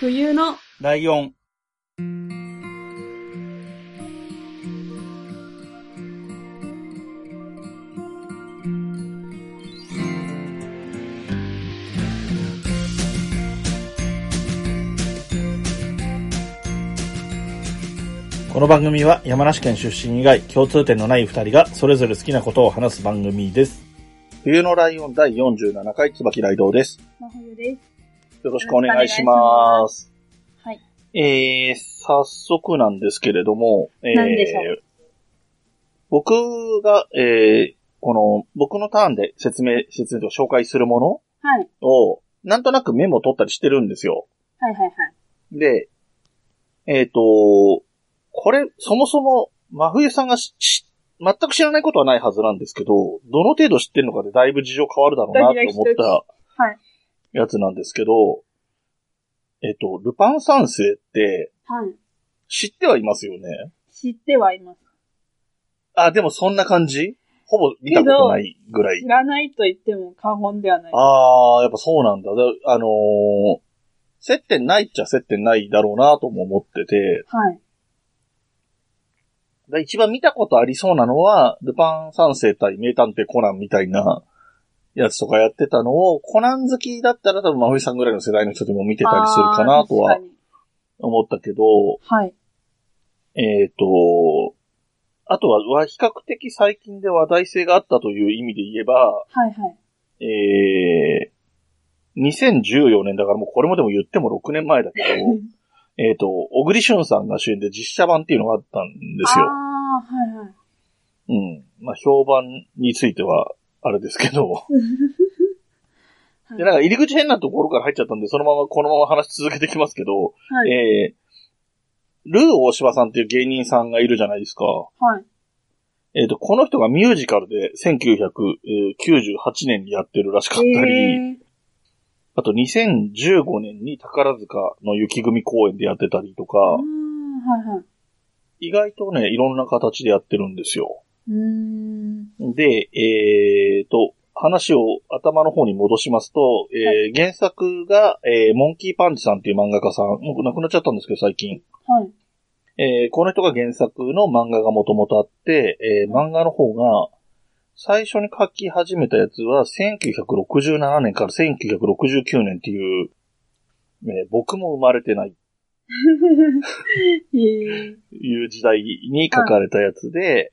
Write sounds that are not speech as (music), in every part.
冬のライオン。この番組は山梨県出身以外共通点のない二人がそれぞれ好きなことを話す番組です。冬のライオン第47回椿ライドウです。真冬です。よろしくお願いします。はい。えー、早速なんですけれども、えー何でしょ僕が、えー、この、僕のターンで説明、説明と紹介するもはい。のを、なんとなくメモ取ったりしてるんですよ。はいはいはい。で、えっ、と、これ、そもそも、真冬さんがしし全く知らないことはないはずなんですけど、どの程度知ってるのかでだいぶ事情変わるだろうなと思ドキドキドキっはいたやつなんですけど、えっ、と、ルパン三世ってはい。知ってはいますよね。知ってはいます。あ、でもそんな感じほぼ見たことないぐらい知。らないと言っても過言ではない。ああ、やっぱそうなんだ。だあのー接点ないっちゃ接点ないだろうなとも思ってて、はい。だ一番見たことありそうなのは、ルパン三世対名探偵コナンみたいなやつとかやってたのを、コナン好きだったら多分真冬さんぐらいの世代の人でも見てたりするかなとあーは確かに思ったけど、はい。えっ、と、あとは、比較的最近で話題性があったという意味で言えば、はいはい。えー、2014年だからもうこれもでも言っても6年前だけど、えっと、小栗旬さんが主演で実写版っていうのがあったんですよ。ああ、はいはい。うん。まあ、評判については、あれですけ (laughs) ど。はいで、なんか入り口変なところから入っちゃったんで、そのままこのまま話し続けてきますけど、はいえー、ルー大柴さんっていう芸人さんがいるじゃないですか。はい。えっ、と、この人がミュージカルで1998年にやってるらしかったり、えー、あと2015年に宝塚の雪組公演でやってたりとか、あーはいはい。意外とね、いろんな形でやってるんですよ。うーん。で、えーと、話を頭の方に戻しますと、えーは原作が、えーモンキーパンチさんっていう漫画家さん、もう亡くなっちゃったんですけど、最近。はい。えーこの人が原作の漫画がもともとあって、えー漫画の方が、最初に書き始めたやつは、1967年から1969年っていう、えー僕も生まれてないえー、いう時代に書かれたやつで、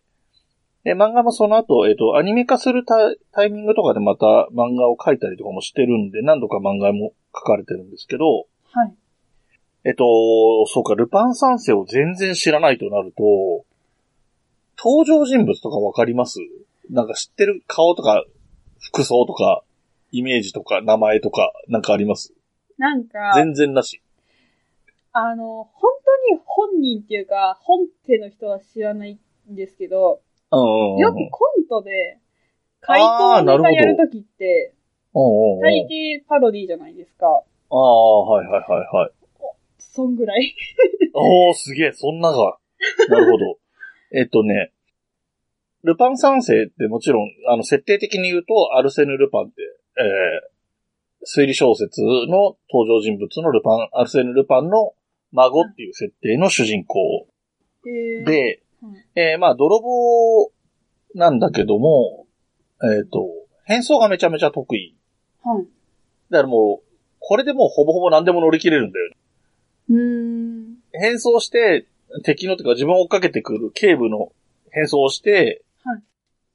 で、漫画もその後、えっ、と、アニメ化するタタイミングとかでまた漫画を描いたりとかもしてるんで、何度か漫画も書かれてるんですけど、はい。えっ、と、そうか、ルパン三世を全然知らないとなると、登場人物とかわかりますなんか知ってる顔とか、服装とか、イメージとか、名前とか、なんかありますなんか、全然なし。あの、本当に本人っていうか、本家の人は知らないんですけど、うんうんうん。よくコントで、回答あーネなるタほどやるときって、うんうんう大ん。抵パロディじゃないですか。ああ、はいはいはいはい。そんぐら (laughs) い。おー、すげえ、そんなが。なる (laughs) ほど。えっとね、ルパン三世ってもちろん、あの、設定的に言うと、アルセヌ・ルパンって、えー、推理小説の登場人物のルパン、アルセヌ・ルパンの孫っていう設定の主人公で、で、うんえー、まあ、泥棒なんだけども、えっ、と、変装がめちゃめちゃ得意。はい。だからもう、これでもうほぼほぼ何でも乗り切れるんだよねうーん。変装して、敵のというか自分を追っかけてくる警部の変装をして、はい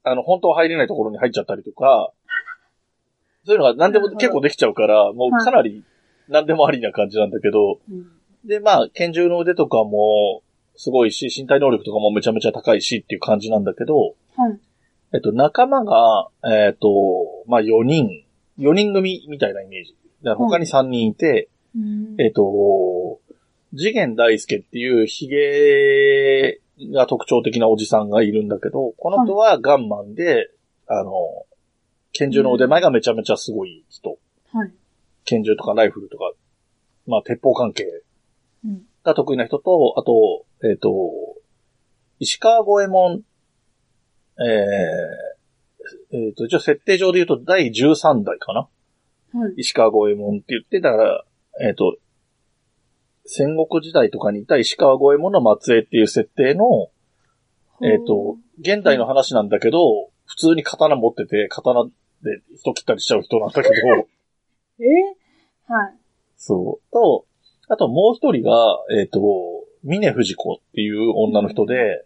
あの、本当は入れないところに入っちゃったりとか、そういうのが何でもなるほど結構できちゃうから、もはういかなり何でもありな感じなんだけど、うんで、まあ、拳銃の腕とかもすごいし、身体能力とかもめちゃめちゃ高いしっていう感じなんだけど、はい。えっと、仲間が、えっと、まあ4人、4人組みたいなイメージ。だから他に3人いて、うーんえっ、と、次元大介っていうヒゲが特徴的なおじさんがいるんだけど、この人はガンマンで、あの、拳銃の腕前がめちゃめちゃすごい人。はい。拳銃とかライフルとか、まあ、鉄砲関係うんが得意な人と、あと、えっ、と、石川五右衛門、えー、えっ、と、一応設定上で言うと第13代かなはい。石川五右衛門って言って、だから、えっ、と、戦国時代とかにいた石川五右衛門の末裔っていう設定の、えっ、と、現代の話なんだけど、普通に刀持ってて、刀で人切ったりしちゃう人なんだけど、えーはい。 (laughs) そう。と、あともう一人が、えっ、と、峰藤子っていう女の人で、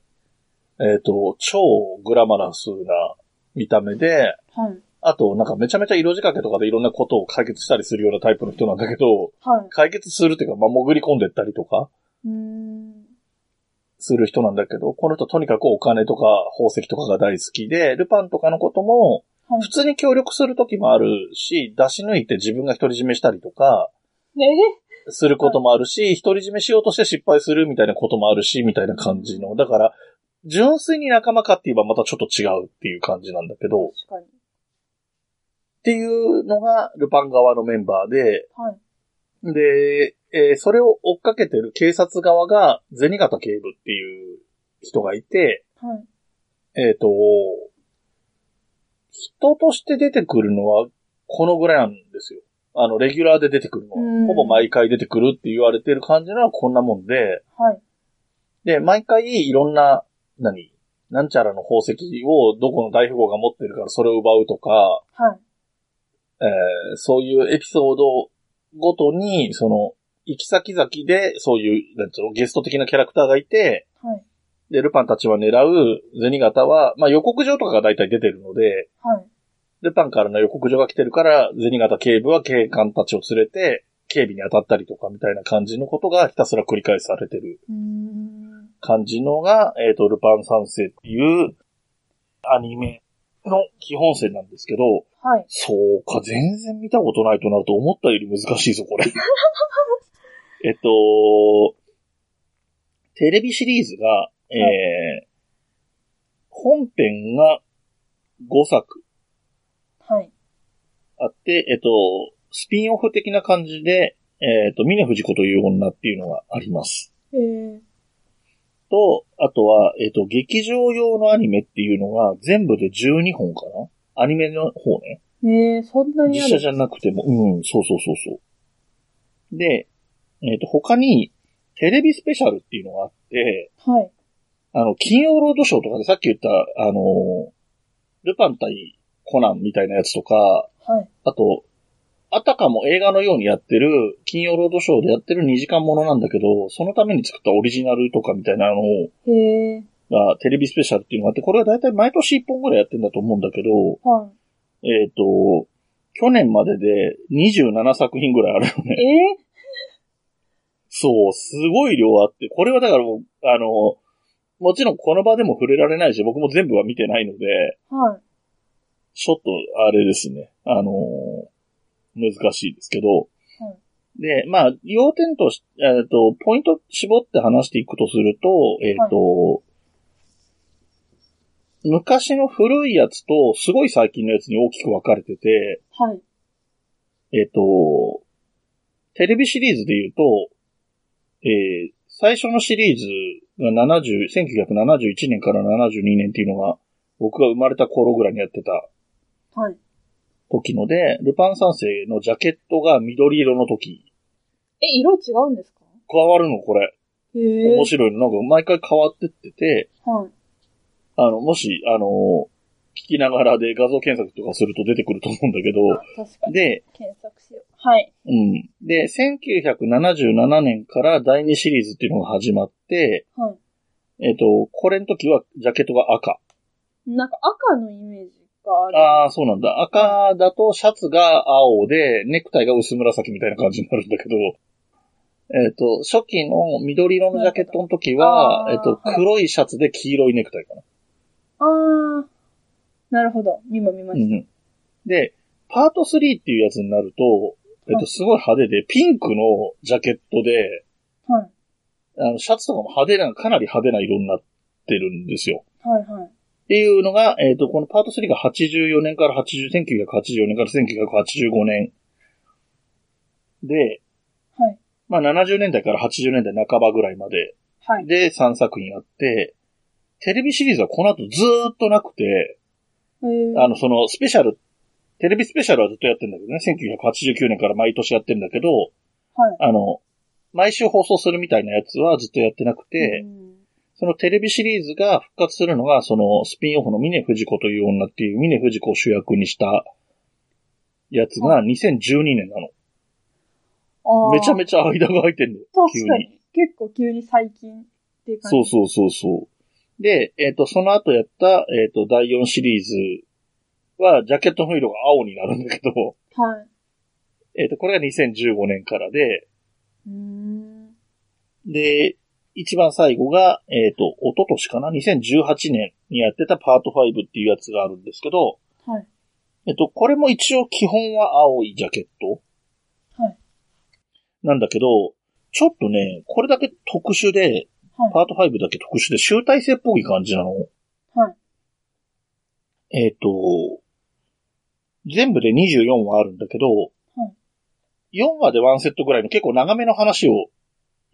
えっ、と、超グラマラスな見た目で、はい。あと、なんかめちゃめちゃ色仕掛けとかでいろんなことを解決したりするようなタイプの人なんだけど、はい。解決するっていうか、まあ、潜り込んでったりとかうーん。する人なんだけど、この人とにかくお金とか宝石とかが大好きで、ルパンとかのことも、はい普通に協力する時もあるし、出し抜いて自分が独り占めしたりとか、えすることもあるし、独り占めしようとして失敗するみたいなこともあるし、みたいな感じの。だから、純粋に仲間かって言えばまたちょっと違うっていう感じなんだけど、っ確かに。ていうのがルパン側のメンバーで、はい。で、えーそれを追っかけてる警察側が、銭形警部っていう人がいて、はい。えっ、と、人として出てくるのは、このぐらいなんですよ。あの、レギュラーで出てくるのうんは、ほぼ毎回出てくるって言われてる感じのはこんなもんで、はい。で、毎回いろんな、何なんちゃらの宝石をどこの大富豪が持ってるからそれを奪うとか、はい。えーそういうエピソードごとに、その、行き先々で、そういう、なんつうの、ゲスト的なキャラクターがいて、はい。で、ルパンたちは狙う、銭形は、まあ予告状とかが大体出てるので、はい。ルパンからの予告状が来てるから、銭形警部は警官たちを連れて、警備に当たったりとかみたいな感じのことがひたすら繰り返されてるうーん。感じのが、えっ、と、ルパン三世っていうアニメの基本線なんですけど、はい。そうか、全然見たことないとなると思ったより難しいぞ、これ。えっと、テレビシリーズが、えー本編が5作はい。あって、えっと、スピンオフ的な感じで、えっと、峰藤子という女っていうのがあります。えー、と、あとは、えっと、劇場用のアニメっていうのが全部で12本かなアニメの方ね。えー、そんなにあ実る写じゃなくても、うん、そうそうそうそう。で、えっ、と、他に、テレビスペシャルっていうのがあって、はい。あの、金曜ロードショーとかでさっき言った、あの、ルパン対コナンみたいなやつとか、はい。あと、あたかも映画のようにやってる、金曜ロードショーでやってる2時間ものなんだけど、そのために作ったオリジナルとかみたいなのえー、が、テレビスペシャルっていうのがあって、これはだいたい毎年1本ぐらいやってんだと思うんだけど、はえっ、と、去年までで27作品ぐらいある (laughs) よい。ね。えそう、すごい量あって、これはだからもう、あの、もちろんこの場でも触れられないし、僕も全部は見てないので、ー、はい。ちょっとあれですね、あの、難しいですけど、はで、まあ、要点とし、えっ、と、ポイント絞って話していくとすると、えっ、と、昔の古いやつと、すごい最近のやつに大きく分かれてて、はい。えっ、と、テレビシリーズで言うと、えー最初のシリーズが70 1971年から72年っていうのが、僕が生まれた頃ぐらいにやってたはい。時ので、ルパン三世のジャケットが緑色の時、え、色違うんですか加わるのこれ、えー、面白いの、なんか毎回変わってってて、はい。あの、もし、あの聞きながらで画像検索とかすると出てくると思うんだけど、確かに。で、検索しよう。はい。うん。で、1977年から第2シリーズっていうのが始まって、はい。えっ、と、これの時はジャケットが赤。なんか赤のイメージがある。ああ、そうなんだ。赤だとシャツが青で、ネクタイが薄紫みたいな感じになるんだけど、えっ、と、初期の緑色のジャケットの時は、なえるっ、ほどと、黒いシャツで黄色いネクタイかな。あー。なるほど。今見まうんしうん。で、パート3っていうやつになると、えっ、はいと、すごい派手で、ピンクのジャケットで、た。はい。あの、シャツとかも派手な、かなり派手な色になってるんですよ。はいはい。っていうのが、えっ、と、このパート3が84年から80、1984年から1985年。で、はい。まあ70年代から80年代半ばぐらいまで。はい。で、3作品あって、テレビシリーズはこの後ずーっとなくて、えー、あの、そのスペシャル、テレビスペシャルはずっとやってんだけどね、1989年から毎年やってんだけど、はい。あの、毎週放送するみたいなやつはずっとやってなくて、うんそのテレビシリーズが復活するのが、そのスピンオフの峰藤子という女っていう峰藤子を主役にしたやつが2012年なの。あめちゃちめちゃ間が空いてんゃの。急確かに。に。結構急に最近っていう感じ。そうそうそうそう。で、えっ、と、その後やった、えっ、と、第4シリーズは、ジャケットの色が青になるんだけど、 (laughs) はい。えっ、と、これが2015年からで、うーん。で、一番最後が、えっ、と、一昨年かな ?2018 年にやってたパート5っていうやつがあるんですけど、はい。えっ、と、これも一応基本は青いジャケットはい。なんだけど、ちょっとね、これだけ特殊で、はい。パート5だけ特殊で集大成っぽい感じなの。はい。えっ、と、全部で24話あるんだけど、は4話で1セットぐらいの結構長めの話を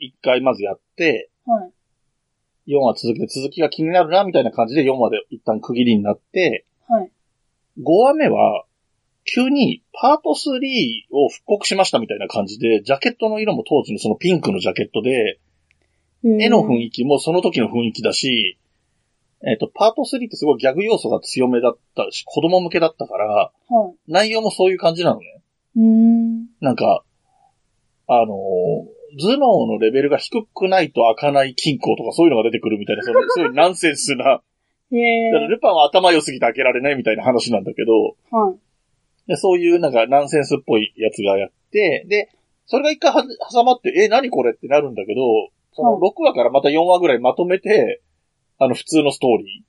1回まずやって、はい。 4話続けて続きが気になるなみたいな感じで4話で一旦区切りになって、はい。 5話目は急にパート3を復刻しましたみたいな感じで、ジャケットの色も当時のそのピンクのジャケットで、絵の雰囲囲気もその時の雰囲気だし、えっ、と、パート3ってすごいギャグ要素が強めだったし、子供向けだったから、気。はい。内容もそういう感じなのね。うーん。なんか、あのー頭脳のレベルが低くないと開かない金庫とかそういうのが出てくるみたいな、そのすごいナンセンスな、へだえから。ルパンは頭良すぎて開けられないみたいな話なんだけど、はい。でそういうなんかナンセンスっぽいやつがやって、で、それが一回は挟まって、え、何これってなるんだけど、そのはい6話からまた4話ぐらいまとめて、あの普通のストーリ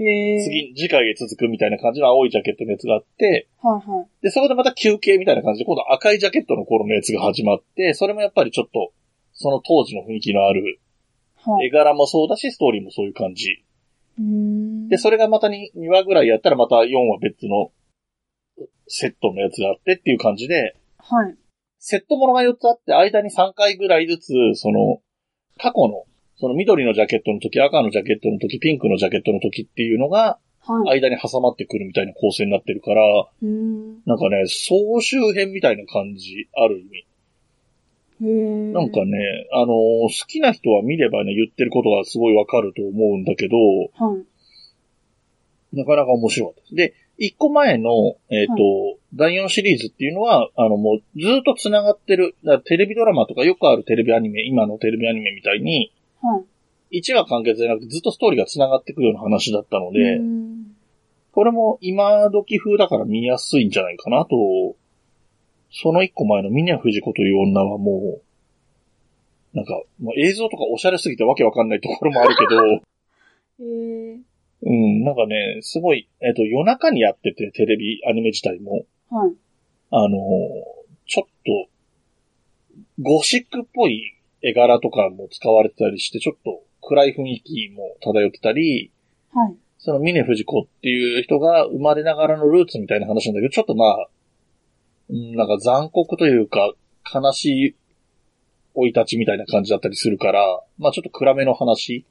へー、え。。次、次回へ続くみたいな感じの青いジャケットのやつがあって、はいはい。で、そこでまた休憩みたいな感じで、今度赤いジャケットの頃のやつが始まって、それもやっぱりちょっと、その当時の雰囲気のある、はい。絵柄もそうだし、ストーリーもそういう感じ。うーん。で、それがまたに2話ぐらいやったらまた4話別のセットのやつがあってっていう感じで、はい。セットものが4つあって、間に3回ぐらいずつ、その、過去の、その緑のジャケットの時、赤のジャケットの時、ピンクのジャケットの時っていうのが、はい。間に挟まってくるみたいな構成になってるから、うーん。なんかね、総集編みたいな感じ、ある意味。へえ。なんか。ね、あのー好きな人は見ればね、言ってることがすごいわかると思うんだけど、はい。なかなか面白かったです。で、一個前の、えっ、と、第4シリーズっていうのは、あの、もうずっと繋がってる、だからテレビドラマとかよくあるテレビアニメ、今のテレビアニメみたいに、はい。 1話完結じゃなくてずっとストーリーが繋がってくるような話だったので、うーんこれも今時風だから見やすいんじゃないかなと、その一個前のミニャ・フジコという女はもう、なんか、もう映像とかおしゃれすぎてわけわかんないところもあるけど、 (laughs) へえ。うん、なんかね、すごい、えっ、と、夜中にやってて、テレビアニメ自体も、はい。あのーちょっと、ゴシックっぽい絵柄とかも使われてたりして、ちょっと暗い雰囲気も漂ってたり、はい。その峰藤子っていう人が生まれながらのルーツみたいな話なんだけど、ちょっとまあ、うんなんか残酷というか、悲しい生い立ちみたいな感じだったりするから、まあちょっと暗めの話。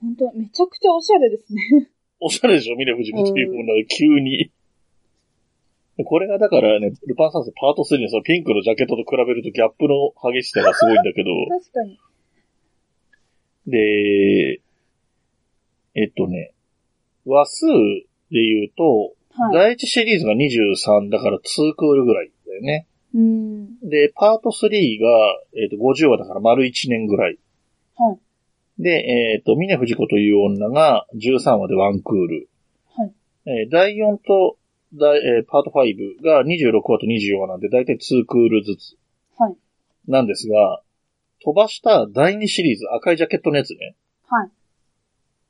本当めちゃくちゃおしゃれです (laughs) ね。おしゃれでしょ峰藤子っていうものが急に。これがだからね、ルパン三世パート3のそのピンクのジャケットと比べるとギャップの激しさがすごいん (laughs) だけど、確かに。で、えっとね、話数で言うと、はい。第1シリーズが23だから2クールぐらいだよね。うーん。で、パート3が、えっと50話だから丸1年ぐらい。はい。で、えっ、と、峰藤子という女が13話でワンクール。はい。えー第4と、だいえーパート5が26話と24話なんで、だいたい2クールずつはい。なんですが、飛ばした第2シリーズ、赤いジャケットのやつね。はい。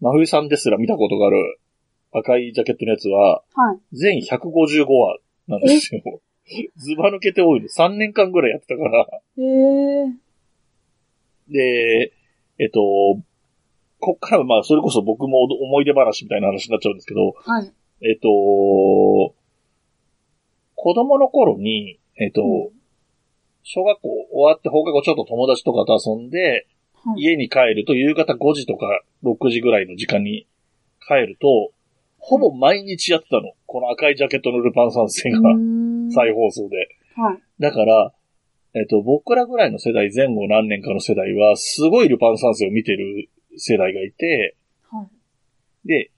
真冬さんですら見たことがある赤いジャケットのやつは、はい。全155話なんですよ。 (laughs) ずば抜けて多いの。3年間ぐらいやってたから。へえ。で、えっと、こっからはまあ、それこそ僕も思い出話みたいな話になっちゃうんですけど、はい。えっと、子供の頃に、えっと、う小学校終わって放課後ちょっと友達とかと遊んで、はい。家に帰ると夕方5時とか6時ぐらいの時間に帰ると、ほぼ毎日やってたの。この赤いジャケットのルパン三世がうーん再放送で。はい。だから、ええっと、僕らぐらいの世代、前後何年かの世代は、すごいルパン三世を見てる世代がいて、はい。で、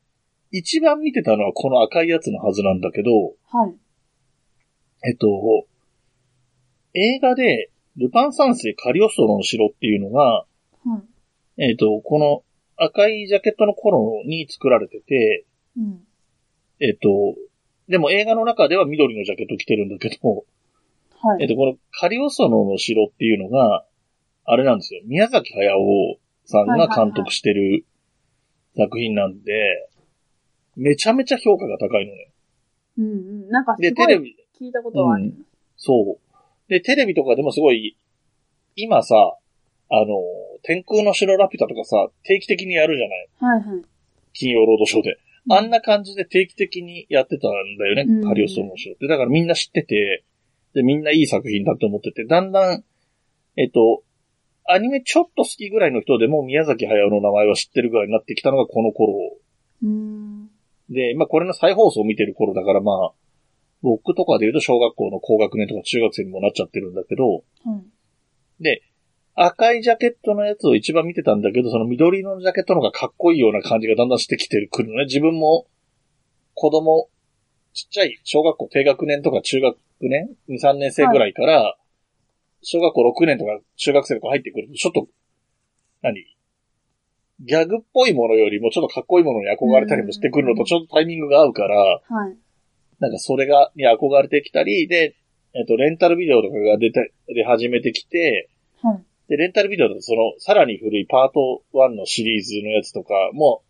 一番見てたのはこの赤いやつのはずなんだけど、はい。えっと、映画で、ルパン三世カリオストロの城っていうのが、はい。えっと、この赤いジャケットの頃に作られてて、うん。えっと、でも映画の中では緑のジャケット着てるんだけど、はえっい。と、このカリオストロの城っていうのが、あれなんですよ。宮崎駿さんが監督してる作品なんで、めちゃめちゃ評価が高いのね。うんうん。なんかで、すテごレいビ、聞いたことはあります。そう。で、テレビとかでもすごい、今さ、あの、天空の城ラピュタとかさ、定期的にやるじゃないはいはい。金曜ロードショーで。うんあんな感じで定期的にやってたんだよね、うんカリオストロの城って。だからみんな知ってて、で、みんないい作品だと思ってて、だんだん、えっと、アニメちょっと好きぐらいの人でも宮崎駿の名前は知ってるぐらいになってきたのがこの頃うーん。で、まあこれの再放送を見てる頃だからまあ、僕とかで言うと小学校の高学年とか中学生にもなっちゃってるんだけど、はい。赤いジャケットのやつを一番見てたんだけど、その緑色のジャケットの方がかっこいいような感じがだんだんしてきてくるのね。自分も、子供、ちっちゃい、小学校低学年とか中学年、2、3年生ぐらいから、小学校6年とか中学生とか入ってくると、ちょっと、何ギャグっぽいものよりもちょっとかっこいいものに憧れたりもしてくるのとちょっとタイミングが合うから、はい。なんかそれが、に憧れてきたり、で、えっと、レンタルビデオとかが出て、出始めてきて、はい。で、レンタルビデオだとその、さらに古いパート1のシリーズのやつとかも、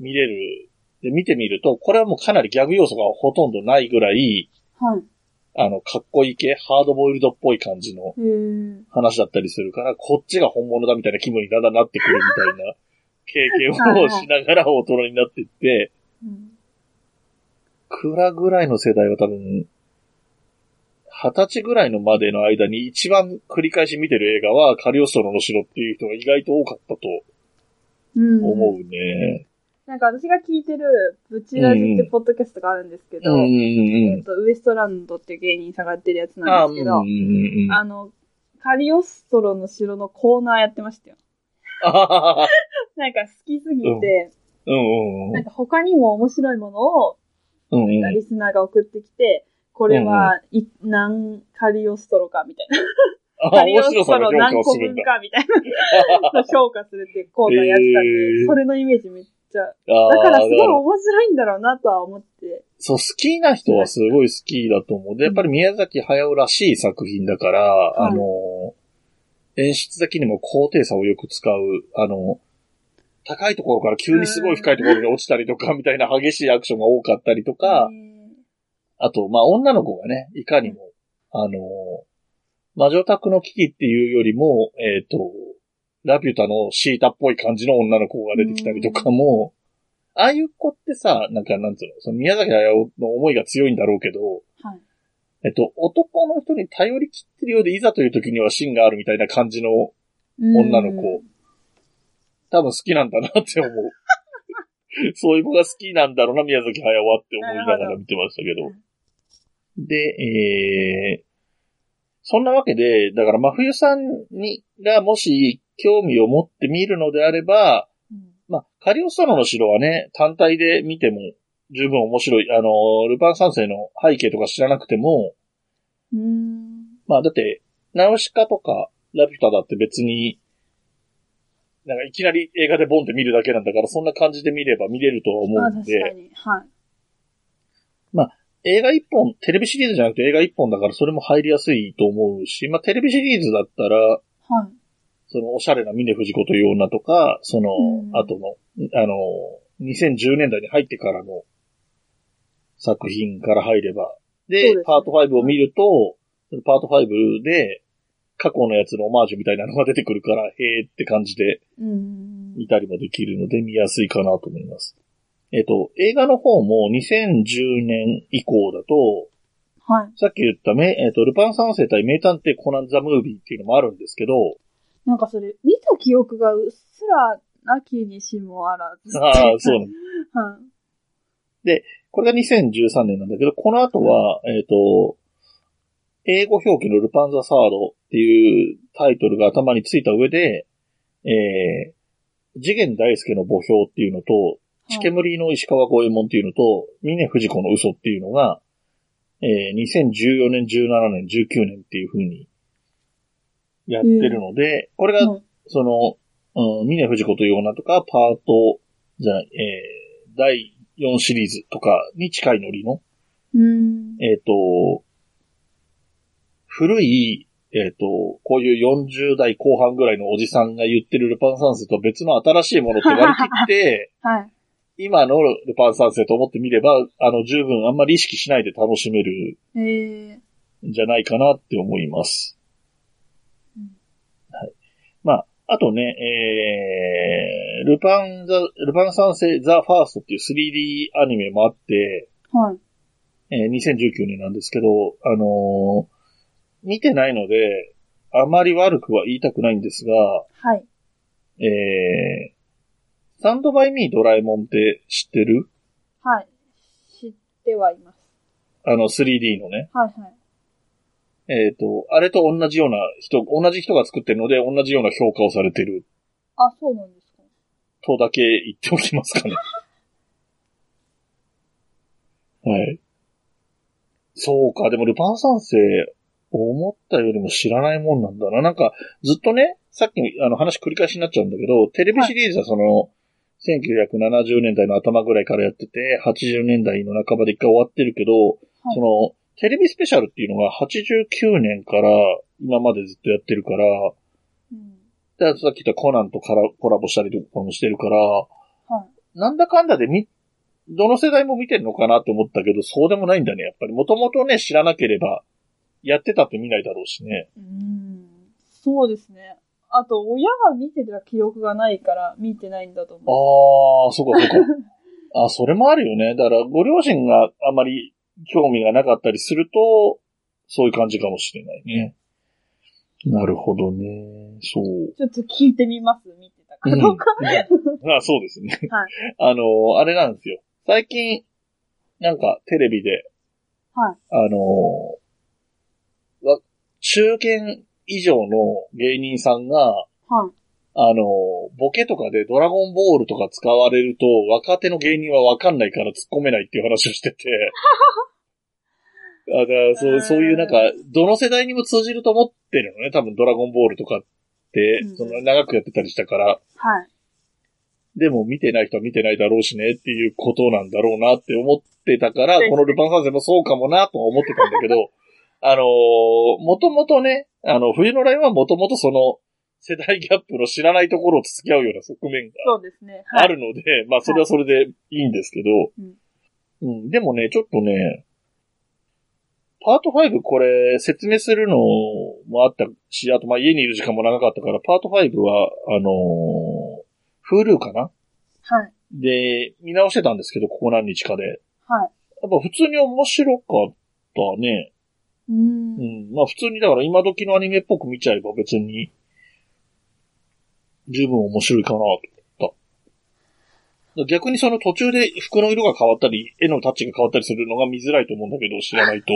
見れる。で、見てみると、これはもうかなりギャグ要素がほとんどないぐらい、はい。あの、かっこいい系、ハードボイルドっぽい感じのへー。話だったりするから、こっちが本物だみたいな気分にだんだんなってくるみたいな経験をしながら大人になっていって、うんくらぐらいの世代は多分、二十歳ぐらいのまでの間に一番繰り返し見てる映画はカリオストロの城っていう人が意外と多かったとうん。思うね。なんか私が聞いてる、ブチラジってポッドキャストがあるんですけど、えっと、ウエストランドっていう芸人さんがやってるやつあなあ、んうんですうけんうど、んうん。あの、カリオストロの城のコーナーやってま (laughs) したよ。あはははなんか好きすぎて、うんうんうなんんか他にも面白いものを、うんうん。リスナーが送ってきて、これは、い、何カリオストロかみたいな。あカあ、リ面オス白トさロの評何価を個する分んだ。かみたい (laughs) な評価するっていうコーナーやってたんへで、ーそれのイメージめっちゃ。ああだからすごいだから面白いんだろうなとは思って。そう、好きな人はすごい好きだと思う。で、やっぱり宮崎駿らしい作品だから、いあの、演出的にも高低差をよく使う、あの、高いところから急にすごい深いところに落ちたりとか、みたいな激しいアクションが多かったりとかう、んあと、まあ、女の子がね、いかにも、あの、魔女宅の危機っていうよりも、えっ、と、ラピュタのシータっぽい感じの女の子が出てきたりとかも、ああいう子ってさ、なんかなんつうの、その宮崎駿の思いが強いんだろうけど、はい。えっと、男の人に頼りきってるようで、いざという時には芯があるみたいな感じの女のうん子。多分好きなんだなって (laughs) 思う。そういう子が好きなんだろうな、宮崎駿はって思いながら見てましたけなどるほ。で、えー、そんなわけで、だから真冬さんに、がもし興味を持って見るのであれば、うんまあ、カリオストロの城はね、単体で見ても十分面白い。あの、ルパン三世の背景とか知らなくても、うーん。まあだって、ナウシカとかラピュタだって別に、なんかいきなり映画でボンって見るだけなんだから、そんな感じで見れば見れるとは思まうあん確で、かに。はい。映画一本、テレビシリーズじゃなくて映画一本だからそれも入りやすいと思うし、まあテレビシリーズだったら、はい。そのおしゃれな峰藤子という女とか、そのうん後の、あの、2010年代に入ってからの作品から入れば。で、そうですねパート5を見ると、パート5で過去のやつのオマージュみたいなのが出てくるから、へーって感じでうん。見たりもできるので見やすいかなと思います。えっと、映画の方も2010年以降だと、はい。さっき言っため、えっと、ルパン三世対名探偵コナンザムービーっていうのもあるんですけど、なんかそれ、見た記憶がうっすらなきにしもあらず。ああ、 (laughs) そうなんですはい。これが2013年なんだけど、この後は、えっ、と、英語表記のルパンザサードっていうタイトルが頭についた上で、えー、次元大介の墓標っていうのと、血はい煙の石川五右衛門っていうのと、峰藤子の嘘っていうのが、えー、2014年、17年、19年っていう風にやってるので、これがうんその、うん、峰藤子という女とか、パート、じゃない、えー、第4シリーズとかに近いノリの、うん。えっ、と、古い、えっ、と、こういう40代後半ぐらいのおじさんが言ってるルパン三世と別の新しいものって割り切 (laughs) って、はい。今のルパン三世と思ってみれば、あの、十分あんまり意識しないで楽しめるえー、んじゃないかなって思います。うんはい。まあ、あとね、えー、ルパンザ、ルパン三世ザ・ファーストっていう 3D アニメもあって、はい。えー2019年なんですけど、あのー見てないので、あまり悪くは言いたくないんですが、はい。えー、サンドバイミードラえもんって知ってるはい。知ってはいます。あの 3D のね。はいはい。えっ、と、あれと同じような人、同じ人が作ってるので、同じような評価をされてるあ、そうなんですか。とだけ言っておきますかね。はい。そうか、でもルパン三世、思ったよりも知らないもんなんだな。なんか、ずっとね、さっきあの話繰り返しになっちゃうんだけど、テレビシリーズはその、1970年代の頭ぐらいからやってて、80年代の半ばで一回終わってるけど、はいその、テレビスペシャルっていうのが89年から今までずっとやってるから、うん。でさっき言ったコナンとカラコラボしたりとかもしてるから、はい。なんだかんだでみ、どの世代も見てるのかなと思ったけど、そうでもないんだね、やっぱり。もともとね、知らなければ、やってたって見ないだろうしね。うん。そうですね。あと、親が見てた記憶がないから見てないんだと思う。ああ、そうか、そうか。 (laughs) あそれもあるよね。だから、ご両親があまり興味がなかったりすると、そういう感じかもしれないね。なるほどね。そう。ちょっと聞いてみます、見てたかどうか。うん (laughs) あそうですね。はいあの、あれなんですよ。最近、なんかテレビで、はいあの、わ中堅以上の芸人さんが、はい。あの、ボケとかでドラゴンボールとか使われると、若手の芸人はわかんないから突っ込めないっていう話をして (laughs) て。あだからそうそういうなんか、どの世代にも通じると思ってるのね。多分ドラゴンボールとかって、うんその長くやってたりしたから。はい。でも見てない人は見てないだろうしねっていうことなんだろうなって思ってたから、このルパン三世もそうかもなとは思ってたんだけ (laughs) ど、あのもともとね、あの、冬のライオンはもともとその、世代ギャップの知らないところをつつき合うような側面がそうですね。はあい。るので、まあそれはそれでいいんですけど、うん、でもね、ちょっとね、パート5これ説明するのもあったし、あとまあ家にいる時間も長かったから、パート5は、あのー、Hulu かなはい。で、見直してたんですけど、ここ何日かで。やっはい。ぱ普通に面白かったね。う。うんん。まあ普通にだから今時のアニメっぽく見ちゃえば別に、十分面白いかなと思った。逆にその途中で服の色が変わったり、絵のタッチが変わったりするのが見づらいと思うんだけど、知らないと。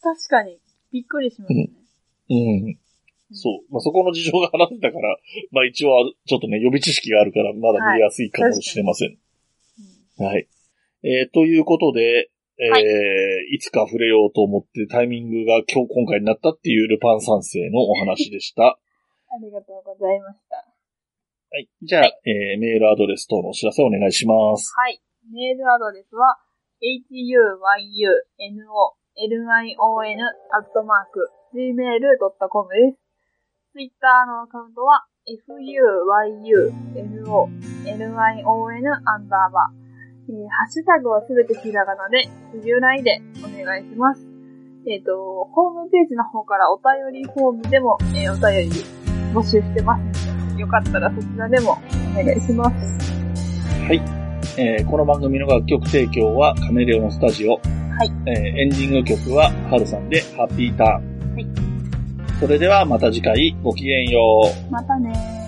確かに、びっくりしましたね。 (laughs) うん。そう。まあそこの事情が話せたから、まあ一応はちょっとね、予備知識があるから、まだ見やすいかもしれません。うんはい。えーということで、えー、はいつか触れようと思ってタイミングが今日今回になったっていうルパン三世のお話でした。ありがとうございました。はい。じゃあ、えーメールアドレス等のお知らせお願いします。はい。メールアドレスは、huyunolion.gmail.com です。ツイッターのアカウントは、fuyunolion アンダーバー。えーハッシュタグはすべてひらがなで、冬来でお願いします。えっ、と、ホームページの方からお便りフォームでも、えーお便り募集してますので。よかったらそちらでもお願いします。。えーこの番組の楽曲提供はカメレオンスタジオ。はいえーエンディング曲はハルさんでハッピーターン。はい。それではまた次回ごきげんよう。またねー。